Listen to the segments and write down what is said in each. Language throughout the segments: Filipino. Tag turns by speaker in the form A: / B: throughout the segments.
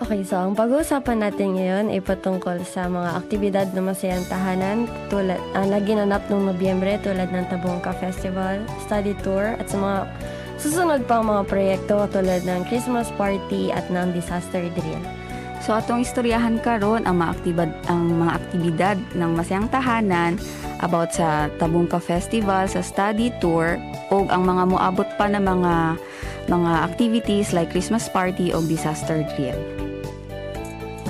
A: Okay, so ang pag-uusapan natin ngayon ay patungkol sa mga aktibidad na masayang tahanan tulad, ah, na ginanap noong Nobyembre tulad ng Tabongka Festival, study tour at sa mga susunod pang mga proyekto tulad ng Christmas party at ng disaster drill.
B: So atong istoryahan karon ang mga aktibad ang mga aktibidad ng masayang tahanan about sa Tabungka Festival, sa study tour ug ang mga moabot pa na mga mga activities like Christmas party o disaster drill.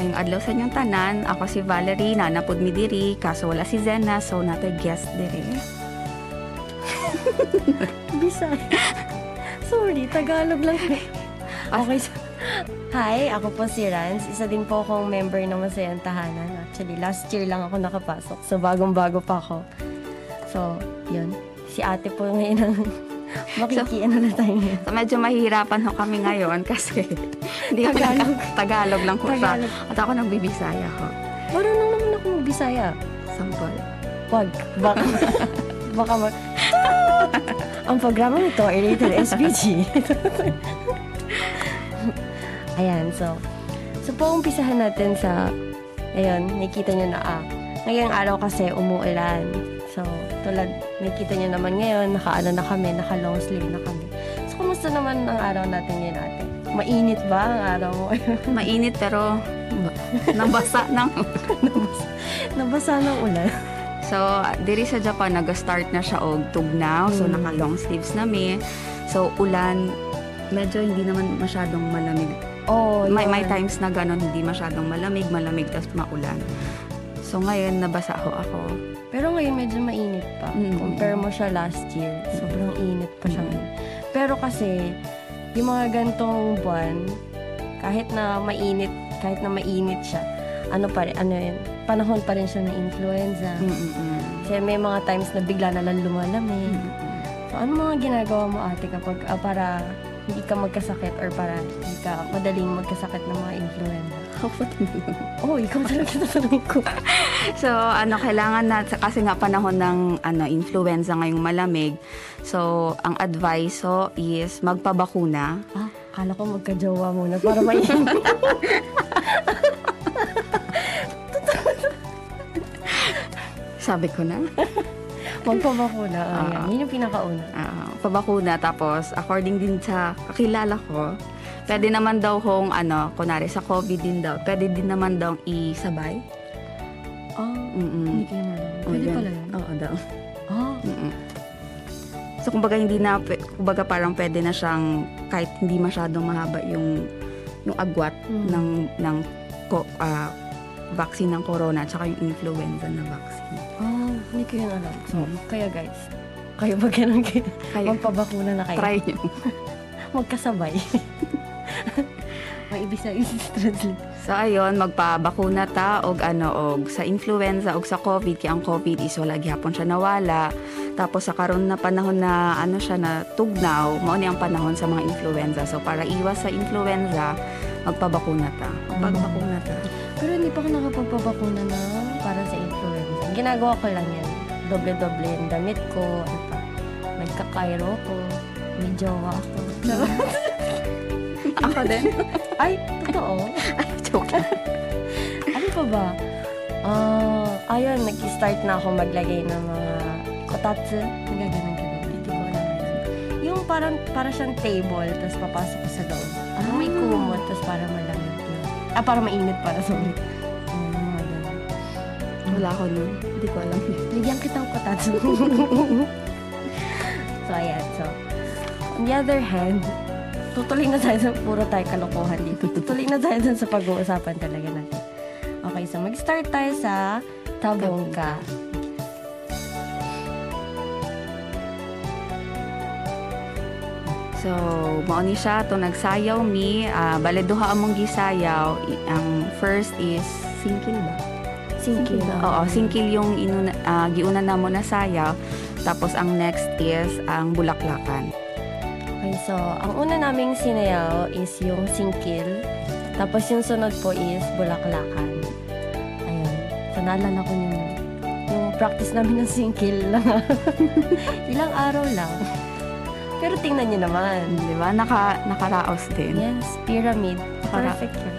B: Ngayong adlaw sa inyong tanan, ako si Valerie, nanapod mi diri, kaso wala si Zena, so natoy guest diri.
A: Bisay. Sorry, Tagalog lang. eh. okay. so- Hi, ako po si Rans. Isa din po akong member ng Masayang Tahanan. Actually, last year lang ako nakapasok. So, bagong-bago pa ako. So, yun. Si ate po ngayon ang makikian na tayo ngayon.
B: So medyo mahihirapan ho kami ngayon kasi hindi ko
A: Tagalog.
B: naka- Tagalog lang ko siya.
A: Tagalog.
B: At ako nagbibisaya ho.
A: Marunong naman ako magbisaya.
B: Sampol.
A: Wag. Baka, baka mag... Ang programa nito ay rated SPG. Ayan, so... So, po, umpisahan natin sa... Ayun, nakikita nyo na ah. Ngayong araw kasi umuulan. So, tulad, nakikita nyo naman ngayon, nakaano na kami, naka long sleeve na kami. So, kumusta naman ang araw natin ngayon natin? Mainit ba ang araw mo?
B: Mainit pero ba- nabasa nang.
A: Nabasa ng ulan.
B: So, diri sa Japan, nag-start na siya og tugnaw. So,
A: Mm.
B: naka-long sleeves na mi. So, ulan, medyo hindi naman masyadong malamig.
A: Oh,
B: May, may
A: yun.
B: times na ganon, hindi masyadong malamig, malamig, tapos maulan. So, ngayon, nabasa ho ako.
A: Pero ngayon medyo mainit pa.
B: Mm.
A: Compare mo siya last year. Sobrang init pa siya ngayon. Pero kasi, yung mga gantong buwan, kahit na mainit, kahit na mainit siya, ano pa rin, ano yun, panahon pa rin siya ng influenza.
B: Mm, Mm-mm.
A: Kasi may mga times na bigla na lang lumalamig.
B: mm.
A: So, ano mga ginagawa mo ate kapag ah, para hindi ka magkasakit or para hindi ka madaling magkasakit ng mga influenza? Oh, ikaw talaga tatanungin ko.
B: So, ano, kailangan na, kasi nga panahon ng ano, influenza ngayong malamig. So, ang advice ho is magpabakuna.
A: Ah, kala ko magkajowa muna para mainit.
B: Sabi ko na.
A: Magpabakuna. Uh, yan. Yun yung pinakauna.
B: Ah, pabakuna tapos according din sa kakilala ko pwede naman daw kung ano kunari sa COVID din daw pwede din naman daw isabay
A: Oh,
B: mm
A: kayo marunong. Pwede pala yun.
B: oo daw
A: Oh,
B: Mm-mm. so kumbaga hindi na pwe- kumbaga parang pwede na siyang kahit hindi masyadong mahaba yung yung agwat
A: Mm.
B: ng ng ko, ah, vaccine ng corona tsaka yung influenza na vaccine
A: oh, hindi ko yun alam. So,
B: Mm.
A: kaya guys, kayo ba ganun kayo?
B: kaya
A: Magpabakuna na kayo.
B: try nyo
A: Magkasabay. Maibisa is translate.
B: So ayon magpabakuna ta og ano og sa influenza og sa COVID kay ang COVID is wala gihapon siya nawala. Tapos sa karon na panahon na ano siya na tugnaw, mao ni ang panahon sa mga influenza. So para iwas sa influenza, magpabakuna ta.
A: Ah,
B: Magpabakuna ta.
A: Pero hindi pa ako nakapagpabakuna na para sa influenza. Ang Ginagawa ko lang yan. Doble-doble yung damit ko. Ano pa? May kakairo ko. May jowa ako.
B: Ako din.
A: Ay, totoo.
B: Joke. lang.
A: ano pa ba? Ah, ayun, nag-start na ako maglagay ng mga kotatsu. Nagaganang ka din. Hindi ko alam yun. Yung parang, para siyang table, tapos papasok ko sa loob. Ah. May kumot, tapos para malamig yun. Ah, para mainit para, sorry. Ayun, mga ganun.
B: Wala ko nun. Hindi ko alam.
A: Bigyan kitang kotatsu. so, ayan. So, on the other hand, tutuloy na tayo sa puro tayo kalokohan dito. Tutuloy na tayo dun sa pag-uusapan talaga natin. Okay, so mag-start tayo sa Tabongka.
B: So, mao ni siya to nagsayaw mi ah, bale duha among gisayaw. I- Ang first is singkil ba?
A: Singkil.
B: Oo, singkil yung inuna, ah, giuna na mo na sayaw. Tapos ang next is ang bulaklakan.
A: Okay, so ang una naming sinayaw is yung singkil. Tapos yung sunod po is bulaklakan. Ayun. So naalala ko yung, yung practice namin ng singkil lang. Ilang araw lang. Pero tingnan nyo naman.
B: Di ba? Naka, nakaraos din.
A: Yes, pyramid. Mm-hmm.
B: Para-
A: Perfect yun.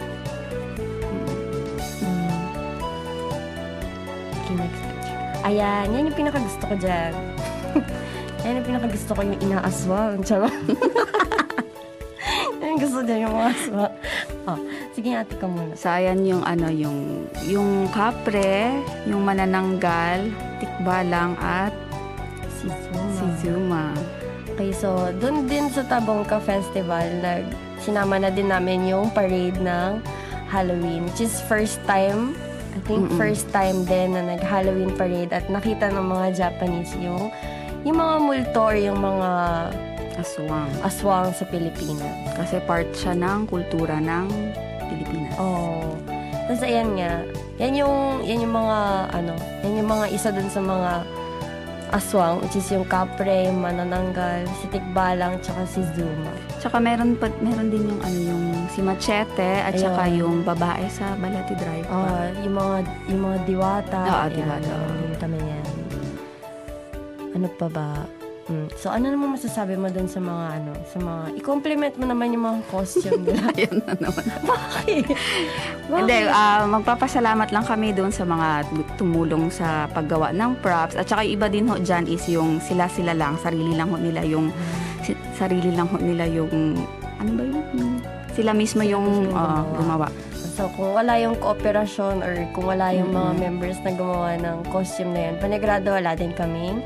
A: Mm-hmm. nakikinig. Ayan, yan yung pinakagusto ko dyan. yan yung pinakagusto ko yung inaaswang. Charot. yan yung gusto dyan yung mga aswa. Oh, sige ate ka muna.
B: So, ayan yung ano, yung, yung kapre, yung manananggal, tikbalang, at
A: Si Zuma.
B: si Zuma.
A: Okay, so doon din sa Tabongka Festival, nag sinama na din namin yung parade ng Halloween, which is first time, I think
B: Mm-mm.
A: first time din na nag-Halloween parade at nakita ng mga Japanese yung yung mga multo or yung mga
B: Aswang.
A: aswang sa Pilipinas.
B: Kasi part siya ng kultura ng Pilipinas.
A: Oh. Tapos ayan nga, yan yung, yan yung mga, ano, yan yung mga isa dun sa mga aswang, which is yung kapre, yung manananggal, si Tikbalang, tsaka si Zuma.
B: Tsaka meron, pa, meron din yung ano, yung si Machete at tsaka
A: Ayun.
B: yung babae sa Balati Drive.
A: Ah, yung mga yung mga diwata.
B: Oo,
A: Ayan,
B: Ah, diwata.
A: Yung kami yan. Ano pa ba? Mm. So ano naman masasabi mo dun sa mga ano, sa mga i-compliment mo naman yung mga costume nila.
B: Ayan na naman.
A: Bakit?
B: Hindi, ah, magpapasalamat lang kami doon sa mga tumulong sa paggawa ng props. At saka yung iba din ho dyan is yung sila-sila lang, sarili lang ho nila yung, si- sarili lang ho nila yung, ano ba yun? Yung, sila mismo
A: Sila
B: yung
A: mismo yung
B: ah,
A: gumawa.
B: gumawa.
A: So kung wala yung kooperasyon or kung wala yung mga
B: Mm.
A: members na gumawa ng costume na yun, panigrado wala din kaming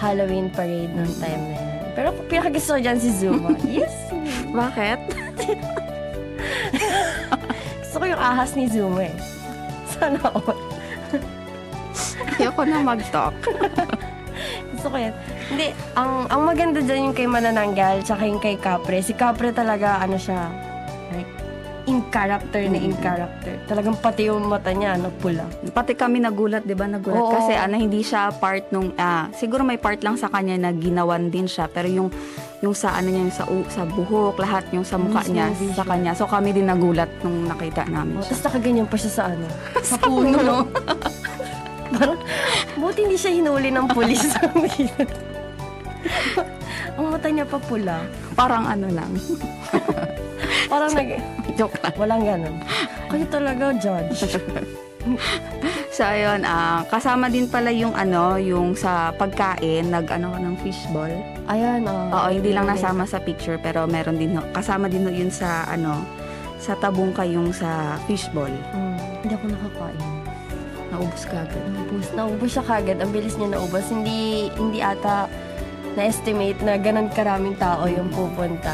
A: Halloween parade ng time na yun. Pero pinakagusto ko dyan si Zuma. yes!
B: Bakit?
A: Gusto ko yung ahas ni Zuma eh. Sana all.
B: Ayoko na mag-talk.
A: Gusto ko yan. Hindi, ang, ang maganda dyan yung kay Manananggal, tsaka yung kay Capre. Si Capre talaga, ano siya, like, in character na
B: Mm-hmm.
A: in character. Talagang pati yung mata niya, ano, pula.
B: Pati kami nagulat, di ba? Nagulat.
A: Oo.
B: Kasi ano, hindi siya part nung, ah, siguro may part lang sa kanya na ginawan din siya. Pero yung, yung sa ano niya, yung sa, u- sa buhok, lahat yung sa mukha
A: Mismo
B: niya,
A: visual.
B: sa kanya. So kami din nagulat nung nakita
A: Oh,
B: namin siya.
A: Tapos nakaganyan pa siya sa ano, sa
B: Sa puno.
A: puno. Parang, buti hindi siya hinuli ng pulis. ang mata niya pa pula.
B: Parang ano lang.
A: Parang nag...
B: Joke lang.
A: Walang ganun. Kayo talaga, judge.
B: So, ayun, ah, kasama din pala yung ano, yung sa pagkain, nag ano ng fishball.
A: Ayan,
B: Oo,
A: oh.
B: hindi lang nasama sa picture, pero meron din, ho- kasama din ho yun sa ano, sa tabong kayong sa fishball.
A: Mm, hindi ako nakakain.
B: Naubos ka agad.
A: Naubos, naubos siya kagad. Ang bilis niya naubos. Hindi, hindi ata na-estimate na ganun karaming tao yung pupunta.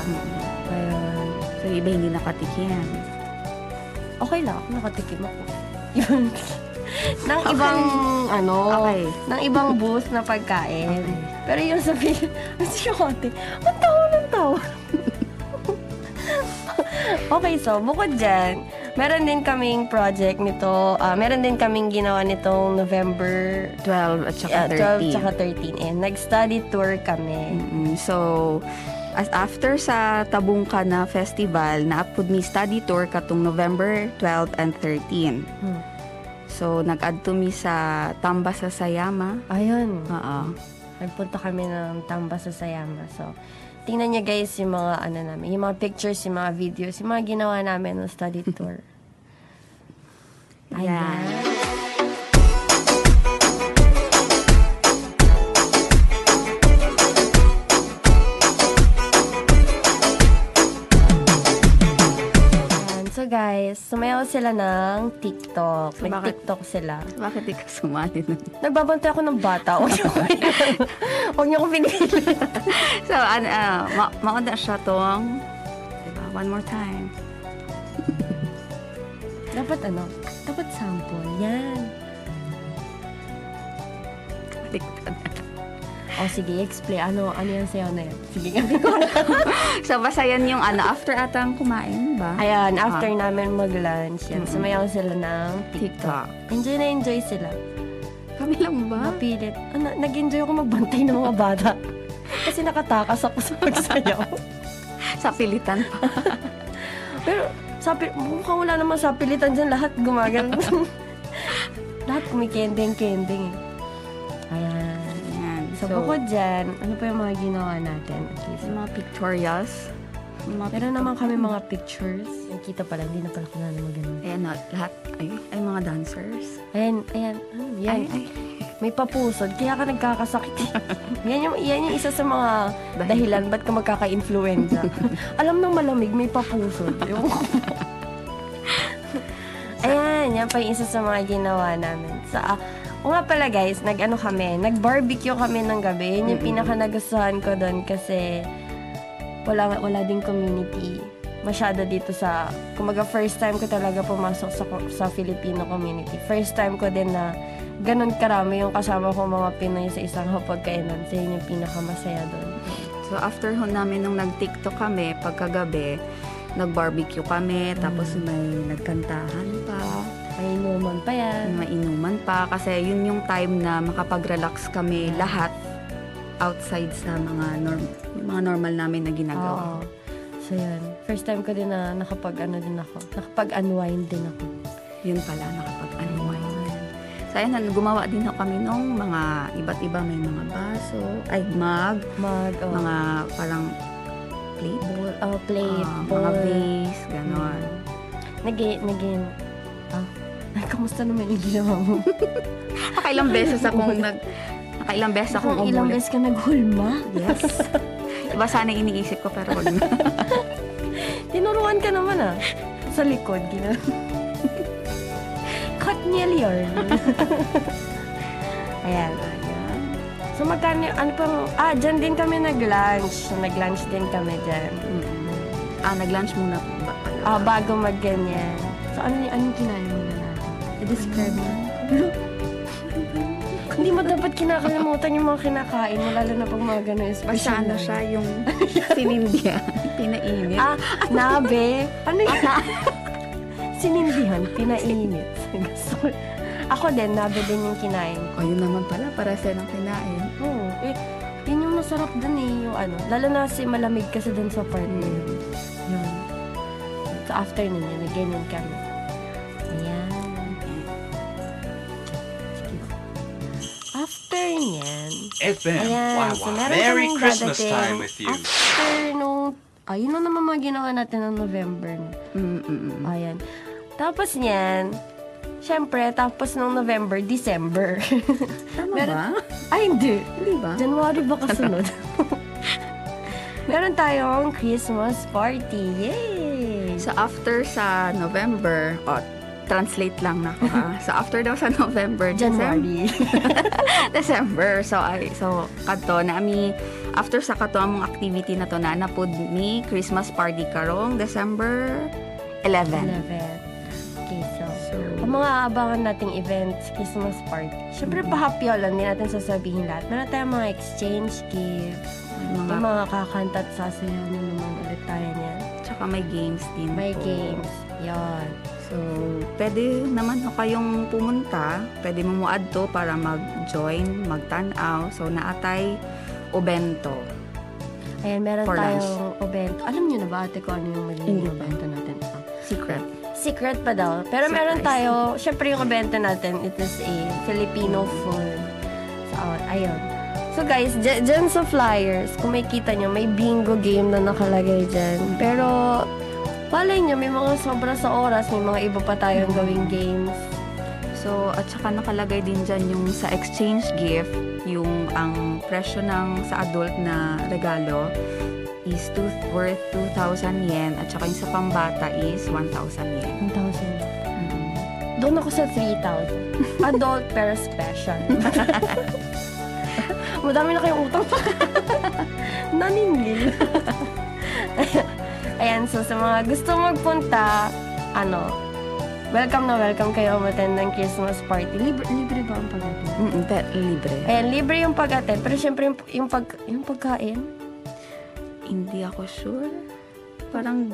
A: Ayun.
B: So, yung iba hindi nakatikim.
A: Okay lang, nakatikim ako. Yun. ng
B: Okay.
A: ibang, ano,
B: Okay.
A: ng ibang booth na pagkain. Pero yung sabi, si Shokote, ang tawa ng tawa. okay, so, bukod dyan, meron din kaming project nito, ah, meron din kaming ginawa nitong November
B: 12 at saka
A: Yeah, 12
B: 13.
A: tsaka 13. And nag-study tour kami.
B: Mm, So, as after sa Tabungka na festival, naapod mi study tour katong November 12 and 13.
A: Hmm.
B: So, nag-add to me sa Tamba sa Sayama.
A: Ayun.
B: Oo.
A: Nagpunta kami ng Tamba sa Sayama. So, tingnan niya guys yung mga ano namin, yung mga pictures, yung mga videos, yung mga ginawa namin ng study tour.
B: Ayan.
A: Ayan. So guys, sumayaw sila ng TikTok.
B: So, bakit-
A: Nag-TikTok sila.
B: Bakit di ka sumali nun?
A: Nagbabantay ako ng bata. Huwag niyo ko Huwag niyo ko pinilit.
B: so, ano, uh, ma mauna siya tong... Diba? One more time.
A: Dapat ano? Dapat sample. Yan. O sige, explain. Ano, ano yung sayaw na yun? Sige nga.
B: so, basta yan yung ano, after atang kumain ba?
A: Ayan, after namin mag-lunch, yan, sumayaw sila ng TikTok.
B: TikTok.
A: Enjoy na enjoy sila.
B: Kami lang ba?
A: Napilit. Ano, nag-enjoy ako magbantay ng mga bata. Kasi nakatakas ako sa pagsayaw.
B: Sa pilitan pa.
A: Pero, sa pi- mukhang wala naman sa pilitan dyan. Lahat gumagano. lahat kumikending-kending. eh. Ayan.
B: Ayan.
A: So, bukod dyan, ano pa yung mga ginawa natin? Okay, so,
B: Yung mga pictorials. Mga
A: Meron naman kami mga pictures. Yung kita pala, hindi na pala ano kailangan mag ganun.
B: Ayan na, lahat. Ay, ay mga dancers.
A: Ayan, ayan, ah, yan.
B: Ay, ay.
A: May papusod, kaya ka nagkakasakit. eh. yan, yung, yan yung isa sa mga dahilan ba't ka magkaka-influenza. Alam ng malamig, may papusod. Ewan ko. ayan, yan pa yung isa sa mga ginawa namin. Sa, ah, o nga pala guys, nag-ano kami, nag-barbecue kami ng gabi. Yun yung pinaka nagustuhan ko doon kasi wala, wala ding community masyado dito sa, kumaga first time ko talaga pumasok sa, sa Filipino community. First time ko din na ganun karami yung kasama ko mga Pinoy sa isang hapagkainan. So yun yung pinakamasaya doon.
B: So after ho namin nung nag-TikTok kami, pagkagabi, nag-barbecue kami, tapos may nagkantahan pa,
A: May inuman pa yan.
B: may inuman pa, kasi yun yung time na makapag-relax kami lahat outside sa mga norm- mga normal namin na ginagawa.
A: Oo. So yun, first time ko din na nakapag ano din ako. Nakapag-unwind din ako.
B: Yun pala, nakapag-unwind. So ayun, ano, gumawa din ho kami nung mga iba't iba may mga baso, ay mug,
A: Mag, oh, mga
B: Ah, mga parang plate,
A: ball, oh, plate,
B: ah,
A: ball.
B: mga vase, ganon.
A: Nag, nag, ah, kamusta naman yung ginawa mo?
B: Nakailang beses akong nag... Nakailang beses akong
A: Kung ilang
B: umulit.
A: beses ka naghulma?
B: Yes. Iba sana iniisip ko pero wag na.
A: Tinuruan ka naman ah. Sa likod, gina. Cut niya yarn. Ayan. So magkano, ano pang, ah, dyan din kami nag-lunch. So nag-lunch din kami dyan.
B: ah, nag-lunch muna ba pala?
A: Ah, bago mag-ganyan. So ano, anong kinain mo na natin? I-describe mo. Hindi mo dapat kinakalimutan yung mga kinakain mo, lalo na pag mga gano'n
B: Or
A: special.
B: sa ano
A: lunch.
B: siya, yung sinindihan. Pinainit.
A: Ah, nabe. Ano yun? Sinindihan, pinainit. Gusto ko. Ako din, nabe din yung kinain.
B: oh, yun naman pala. Para sa ng kinain.
A: Oo. Eh, yun yung masarap dun eh, yung ano. Lalo na si malamig kasi dun sa part na yun. Yun. So, after nun, yun, nag-ganyan kami. Ayan. Sige. After nyan,
C: FM.
D: Oh,
A: Ayan,
C: wow,
A: so
C: wow.
A: meron
C: Merry
A: kaming
C: Christmas
A: dadating
C: time with you.
A: After nung, ayun na naman mga ginawa natin noong November. no? Ayan. Tapos niyan, syempre, tapos nung November, December.
B: Tama
A: Meron-
B: ba?
A: Ay, hindi.
B: Hindi ba?
A: January ba kasunod? meron tayong Christmas party. Yay!
B: So after sa November, oh, translate lang na ako, ah. So after daw sa November, December,
A: January.
B: December. So ay so kato na ami after sa kato among activity na to na napod ni Christmas party karong December 11.
A: Level. Okay, so,
B: So
A: Ang mga aabangan nating events, Christmas party. Siyempre,
B: Mm-hmm.
A: pahapyolan din natin sasabihin lahat. Meron tayong mga exchange gifts.
B: mga
A: Yung mga kakanta at sasayaw na naman ulit tayo niyan.
B: tsaka may games din.
A: May
B: po.
A: games. Yun.
B: So pwede naman ho kayong pumunta, pwede mo muad to para mag-join, magtanaw. So naatay obento.
A: Ayan, meron
B: For lunch.
A: tayong event. Alam niyo na ba ate ko ano yung magiging
B: Hindi pa.
A: event natin? Ah,
B: Secret.
A: Secret pa daw. Pero meron
B: Surprise.
A: tayo, syempre yung evento natin, it is a Filipino food. So, ayun. So guys, dy- dyan sa flyers, kung may kita nyo, may bingo game na nakalagay dyan. Pero, palay nyo, may mga sobra sa oras, may mga iba pa tayong gawing games.
B: So, at saka nakalagay din dyan yung sa exchange gift, yung ang presyo ng sa adult na regalo is two, worth 2,000 yen at saka yung sa pambata is 1,000 yen.
A: 1,000.
B: Mhm.
A: Doon ako sa 3,000. Adult pero special. Madami na kayong utang pa. Naninil. Ayan, so sa mga gusto magpunta, ano, welcome na welcome kayo umattend ng Christmas party. Libre, libre ba ang pag-attend?
B: Mm-mm, pe- libre.
A: Ayan, Mm, libre yung pag-attend. Pero syempre, yung, yung, pag, yung pagkain,
B: Hindi ako sure. Parang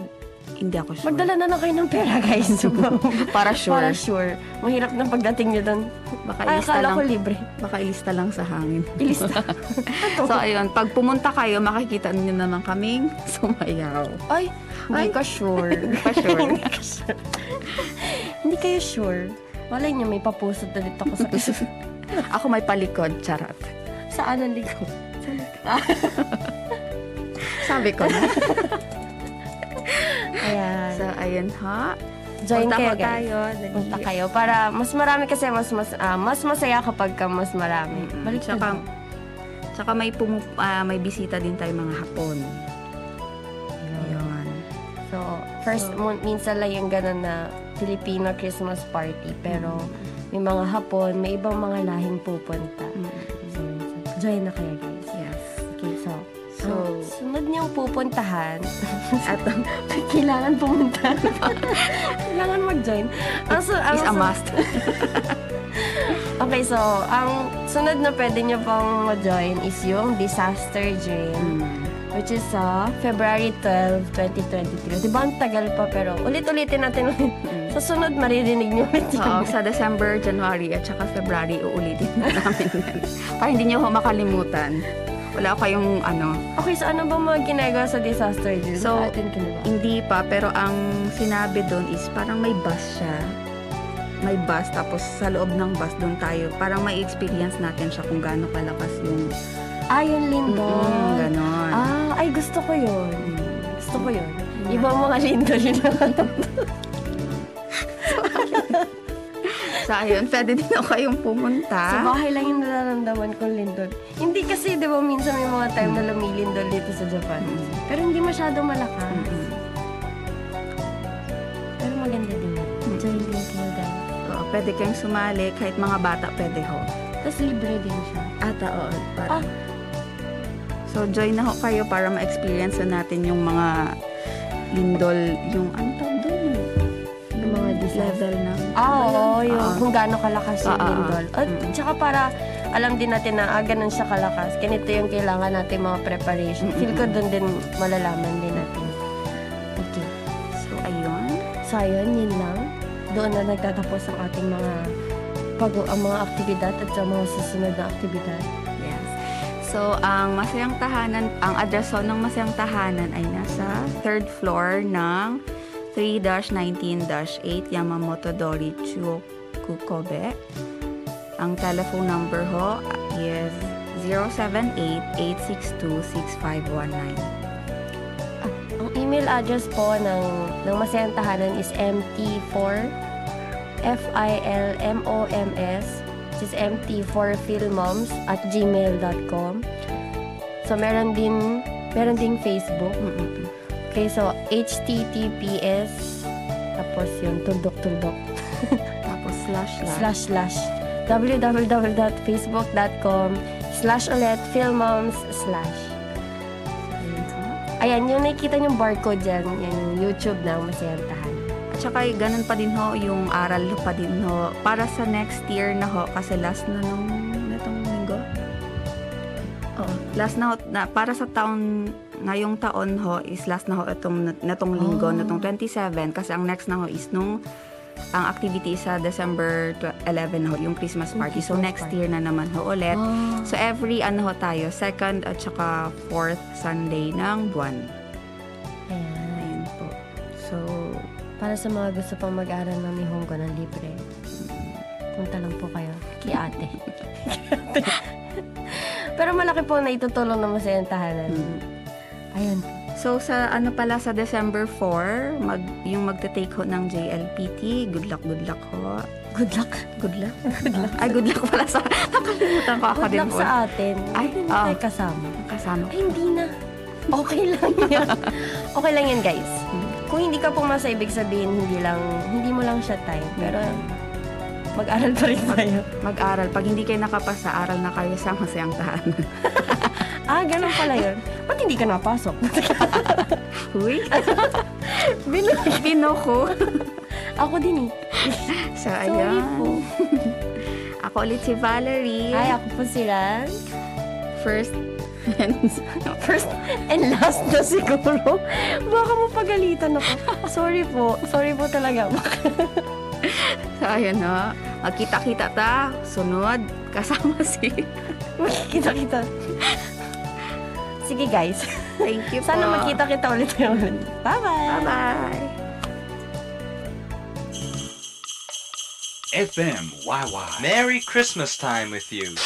B: hindi ako sure.
A: magdala na lang kayo ng pera, guys.
B: Para sure.
A: Para sure. Mahirap na pagdating nyo doon.
B: Baka
A: Ay,
B: ilista
A: akala
B: lang.
A: ko libre.
B: Baka ilista lang sa hangin.
A: Ilista.
B: so, ayun. Pag pumunta kayo, makikita niyo naman kaming sumayaw.
A: Ay, hindi
B: Ay.
A: ka sure.
B: Hindi pa sure.
A: Hindi ka sure. hindi kayo sure. Malay niyo, may papusod na dito ako sa isa.
B: Ako may palikod, charot.
A: ano, Saan ang likod?
B: Sabi ko na.
A: Ayan.
B: So, ayun ha.
A: Join
B: Punta
A: kayo,
B: ko
A: guys.
B: tayo. Dali.
A: Punta kayo. Para mas marami kasi, mas, mas, ah, mas masaya kapag ka mas marami.
B: Mm-mm.
A: Balik
B: tsaka,
A: ka.
B: tsaka may, pumu- ah, may bisita din tayo mga hapon. Ayun.
A: So, first, mon- minsan lang yung ganun na Filipino Christmas party. Pero, may mga hapon, may ibang mga lahing pupunta. So, join na kayo, guys.
B: Yes.
A: Okay, so,
B: So,
A: ang sunod niyong pupuntahan,
B: at um,
A: kailangan pumunta. kailangan mag-join. Ah, Ang su- ang
B: is a
A: su-
B: must.
A: Okay, so, ang sunod na pwede niyo pang ma-join is yung Disaster
B: Hmm.
A: Dream, which is sa February 12, 2023. Di ba ang tagal pa, pero ulit-ulitin natin ulit.
B: Hmm.
A: Sa sunod, maririnig niyo ulit
B: Oo,
A: yun.
B: sa December, January, at saka February, uulitin na namin yan. Para hindi niyo ho makalimutan. Wala kayong ano,
A: Okay, so ano ba mga ginagawa sa Disaster Dream?
B: So,
A: atin ka na ba?
B: Hindi pa, pero ang sinabi doon is parang may bus siya. May bus, tapos sa loob ng bus doon tayo. Parang may experience natin siya kung gaano kalakas yung...
A: Ah, yun, Lindol.
B: Mm, ganon.
A: Ah, ay gusto ko yun.
B: Mm.
A: Gusto ko yun. Iba mga Lindol yun.
B: So, ayun, pwede din ako kayong pumunta.
A: Sa bahay lang yung nararamdaman kong lindol. Hindi kasi, di ba, minsan may mga time na lumilindol dito sa Japan. Pero hindi masyado malakas.
B: Mm-mm.
A: Pero maganda din. Enjoy din kayo, guys.
B: Oo, pwede kayong sumali, kahit mga bata pwede ho.
A: Tapos libre din siya.
B: Ata, oo.
A: Ah.
B: Parang. So, join na ho kayo para ma-experience na natin yung mga lindol, yung ano tawag doon?
A: Yung mga disaster.
B: level na.
A: Ah, oo.
B: Ayun.
A: Yung
B: Oo.
A: kung gaano kalakas yung
B: Oo, oo.
A: lindol. At
B: Mm.
A: tsaka para alam din natin na ah, ganun siya kalakas. Ganito yung kailangan natin mga preparation. Feel ko dun din malalaman din natin. Okay.
B: So, ayun.
A: So, ayun, yun lang. Doon na nagtatapos ang ating mga pag ang mga aktibidad at ang mga susunod na aktibidad.
B: Yes. So, ang Masayang Tahanan, ang address ho ng Masayang Tahanan ay nasa third floor ng 3-19-8 Yamamoto Dori Chukukobe. Ang telephone number ho is 078-862-6519.
A: Ang email address po ng, ng Masayang Tahanan is mt4 F-I-L-M-O-M-S which is mt4 filmoms at gmail.com So, meron din meron ding Facebook. Mm,
B: Mm-mm.
A: Okay, so https tapos yun, tundok-tundok
B: Tapos slash slash.
A: slash slash www.facebook.com slash ulit filmmoms slash.
B: Ayun ho.
A: Ayan, yung nakikita niyong barcode dyan, yan yung YouTube ng Masayang Tahanan.
B: At saka ganun pa din ho yung aral pa din ho para sa next year na ho kasi last na nung nitong linggo. Oo, last na ho na para sa taon ngayong taon ho is last na ho itong natong linggo
A: Oh.
B: natong 27 kasi ang next na ho is nung ang activity sa December tw- 11 ho yung Christmas
A: Yung
B: party. So
A: Christmas
B: next
A: party.
B: year na naman ho ulit.
A: Oh.
B: So every ano ho tayo second at saka fourth Sunday ng buwan.
A: Ayan.
B: Ayun po. So
A: Para sa mga gusto pang mag-aral ng Nihongo ng libre, punta lang po kayo kay ate. Pero malaki po na itutulong ng Masayang Tahanan. Ayan.
B: So sa ano pala sa December 4, mag yung magte-take ho ng JLPT, good luck, good luck ho.
A: Good luck.
B: Good luck. Good luck. Ay good luck pala sa nakalimutan ko ako
A: Good
B: din
A: luck
B: po.
A: sa atin.
B: Ay,
A: Hindi
B: ah.
A: tayo kasama.
B: Kasama.
A: Ay, hindi na. Okay lang yan. okay lang yan, guys. Kung hindi ka pumasa, ibig sabihin, hindi lang, hindi mo lang siya time. Pero, mag-aral pa rin tayo.
B: Mag-aral pag hindi kayo nakapasa, aral na kayo sa masayang tahanan.
A: Ah, ganun pala yun. Ba't hindi ka napasok?
B: Uy,
A: Bilang.
B: pinoko.
A: Ako din eh.
B: so
A: Sorry po.
B: ayan. Ako ulit si Valerie.
A: Ay, ako po si Ran.
B: First and
A: First and last na siguro. Baka mapagalitan ako. Sorry po. Sorry po talaga.
B: so ayan ho. Magkita-kita ta sunod kasama si.
A: Makikita-kita. Sige guys.
B: Thank you
A: Sana
B: po.
A: makita kita ulit tayo ulit. Ah. Bye-bye!
B: Bye-bye.
C: FMYY.
D: Merry Christmas time with you.